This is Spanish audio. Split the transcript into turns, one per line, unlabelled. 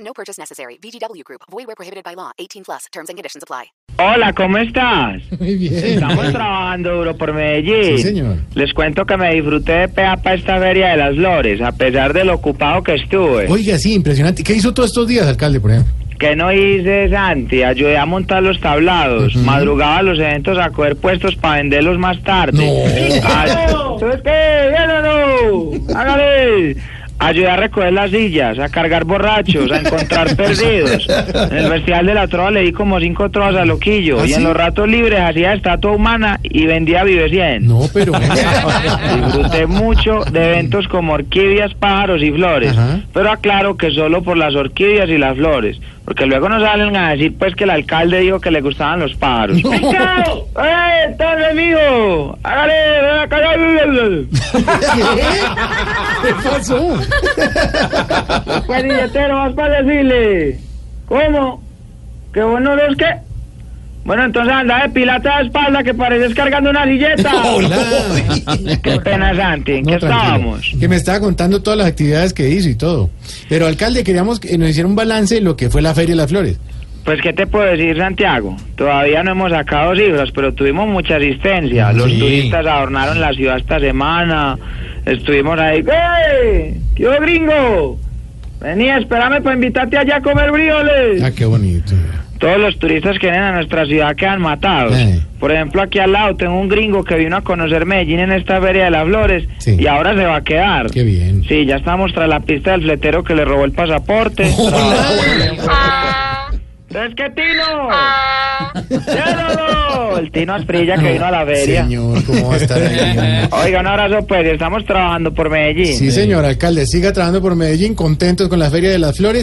No purchase necessary. VGW Group. Void where prohibited by law. 18 plus. Terms and conditions apply.
Hola, ¿cómo estás?
Muy bien.
Estamos trabajando duro por Medellín.
Sí, señor.
Les cuento que me disfruté de peapa esta feria de las flores, a pesar de lo ocupado que estuve.
Oiga, sí, impresionante. ¿Qué hizo todos estos días, alcalde, por ejemplo?
¿Qué no hice, Santi? Ayudé a montar los tablados, madrugaba a los eventos a coger puestos para venderlos más tarde.
No.
Ay, ¿sabes qué? Bien o no? Hágale. Ayudé a recoger las sillas, a cargar borrachos, a encontrar perdidos. En el Festival de la Trova le di como cinco trovas a Loquillo.
¿Ah,
y en
sí?
los ratos libres hacía estatua humana y vendía Vive 100.
No, pero.
Disfruté mucho de eventos como orquídeas, pájaros y flores.
Ajá.
Pero aclaro que solo por las orquídeas y las flores. Porque luego nos salen a decir pues que el alcalde dijo que le gustaban los pájaros.
No.
¡Pescado! ¡Eh, entonces, mijo! ¡Hágale! ven acá, hágale.
¿Qué pasó?
Pues, billetero, más para decirle. ¿Cómo? ¿Que vos no los que? Bueno, entonces anda de pilata de espalda que pareces cargando una silleta.
Hola.
¡Qué pena, Santi! ¿En
No,
qué
Ah, tranquilo.
estábamos?
Que me estaba contando todas las actividades que hizo y todo. Pero, alcalde, queríamos que nos hiciera un balance de lo que fue la Feria de las Flores.
Pues, ¿qué te puedo decir, Santiago? Todavía no hemos sacado cifras, pero tuvimos mucha asistencia. Los
Sí.
turistas adornaron la ciudad esta semana. Estuvimos ahí. ¡Ey! ¡Yo gringo! Vení, espérame para invitarte allá a comer
Ah,
brioles.
qué bonito.
Todos los turistas que vienen a nuestra ciudad quedan matados.
Sí.
Por ejemplo, aquí al lado tengo un gringo que vino a conocer Medellín en esta Feria de las Flores
Sí.
y ahora se va a quedar.
Qué bien.
Sí, ya estamos tras la pista del fletero que le robó el pasaporte. ¡Es que Tino! ¡Llévalo! El Tino Asprilla que vino a la feria.
Señor, ¿cómo va a estar ahí?
Oiga, un abrazo, pues. Estamos trabajando por Medellín.
Sí, señor alcalde, siga trabajando por Medellín, contentos con la Feria de las Flores.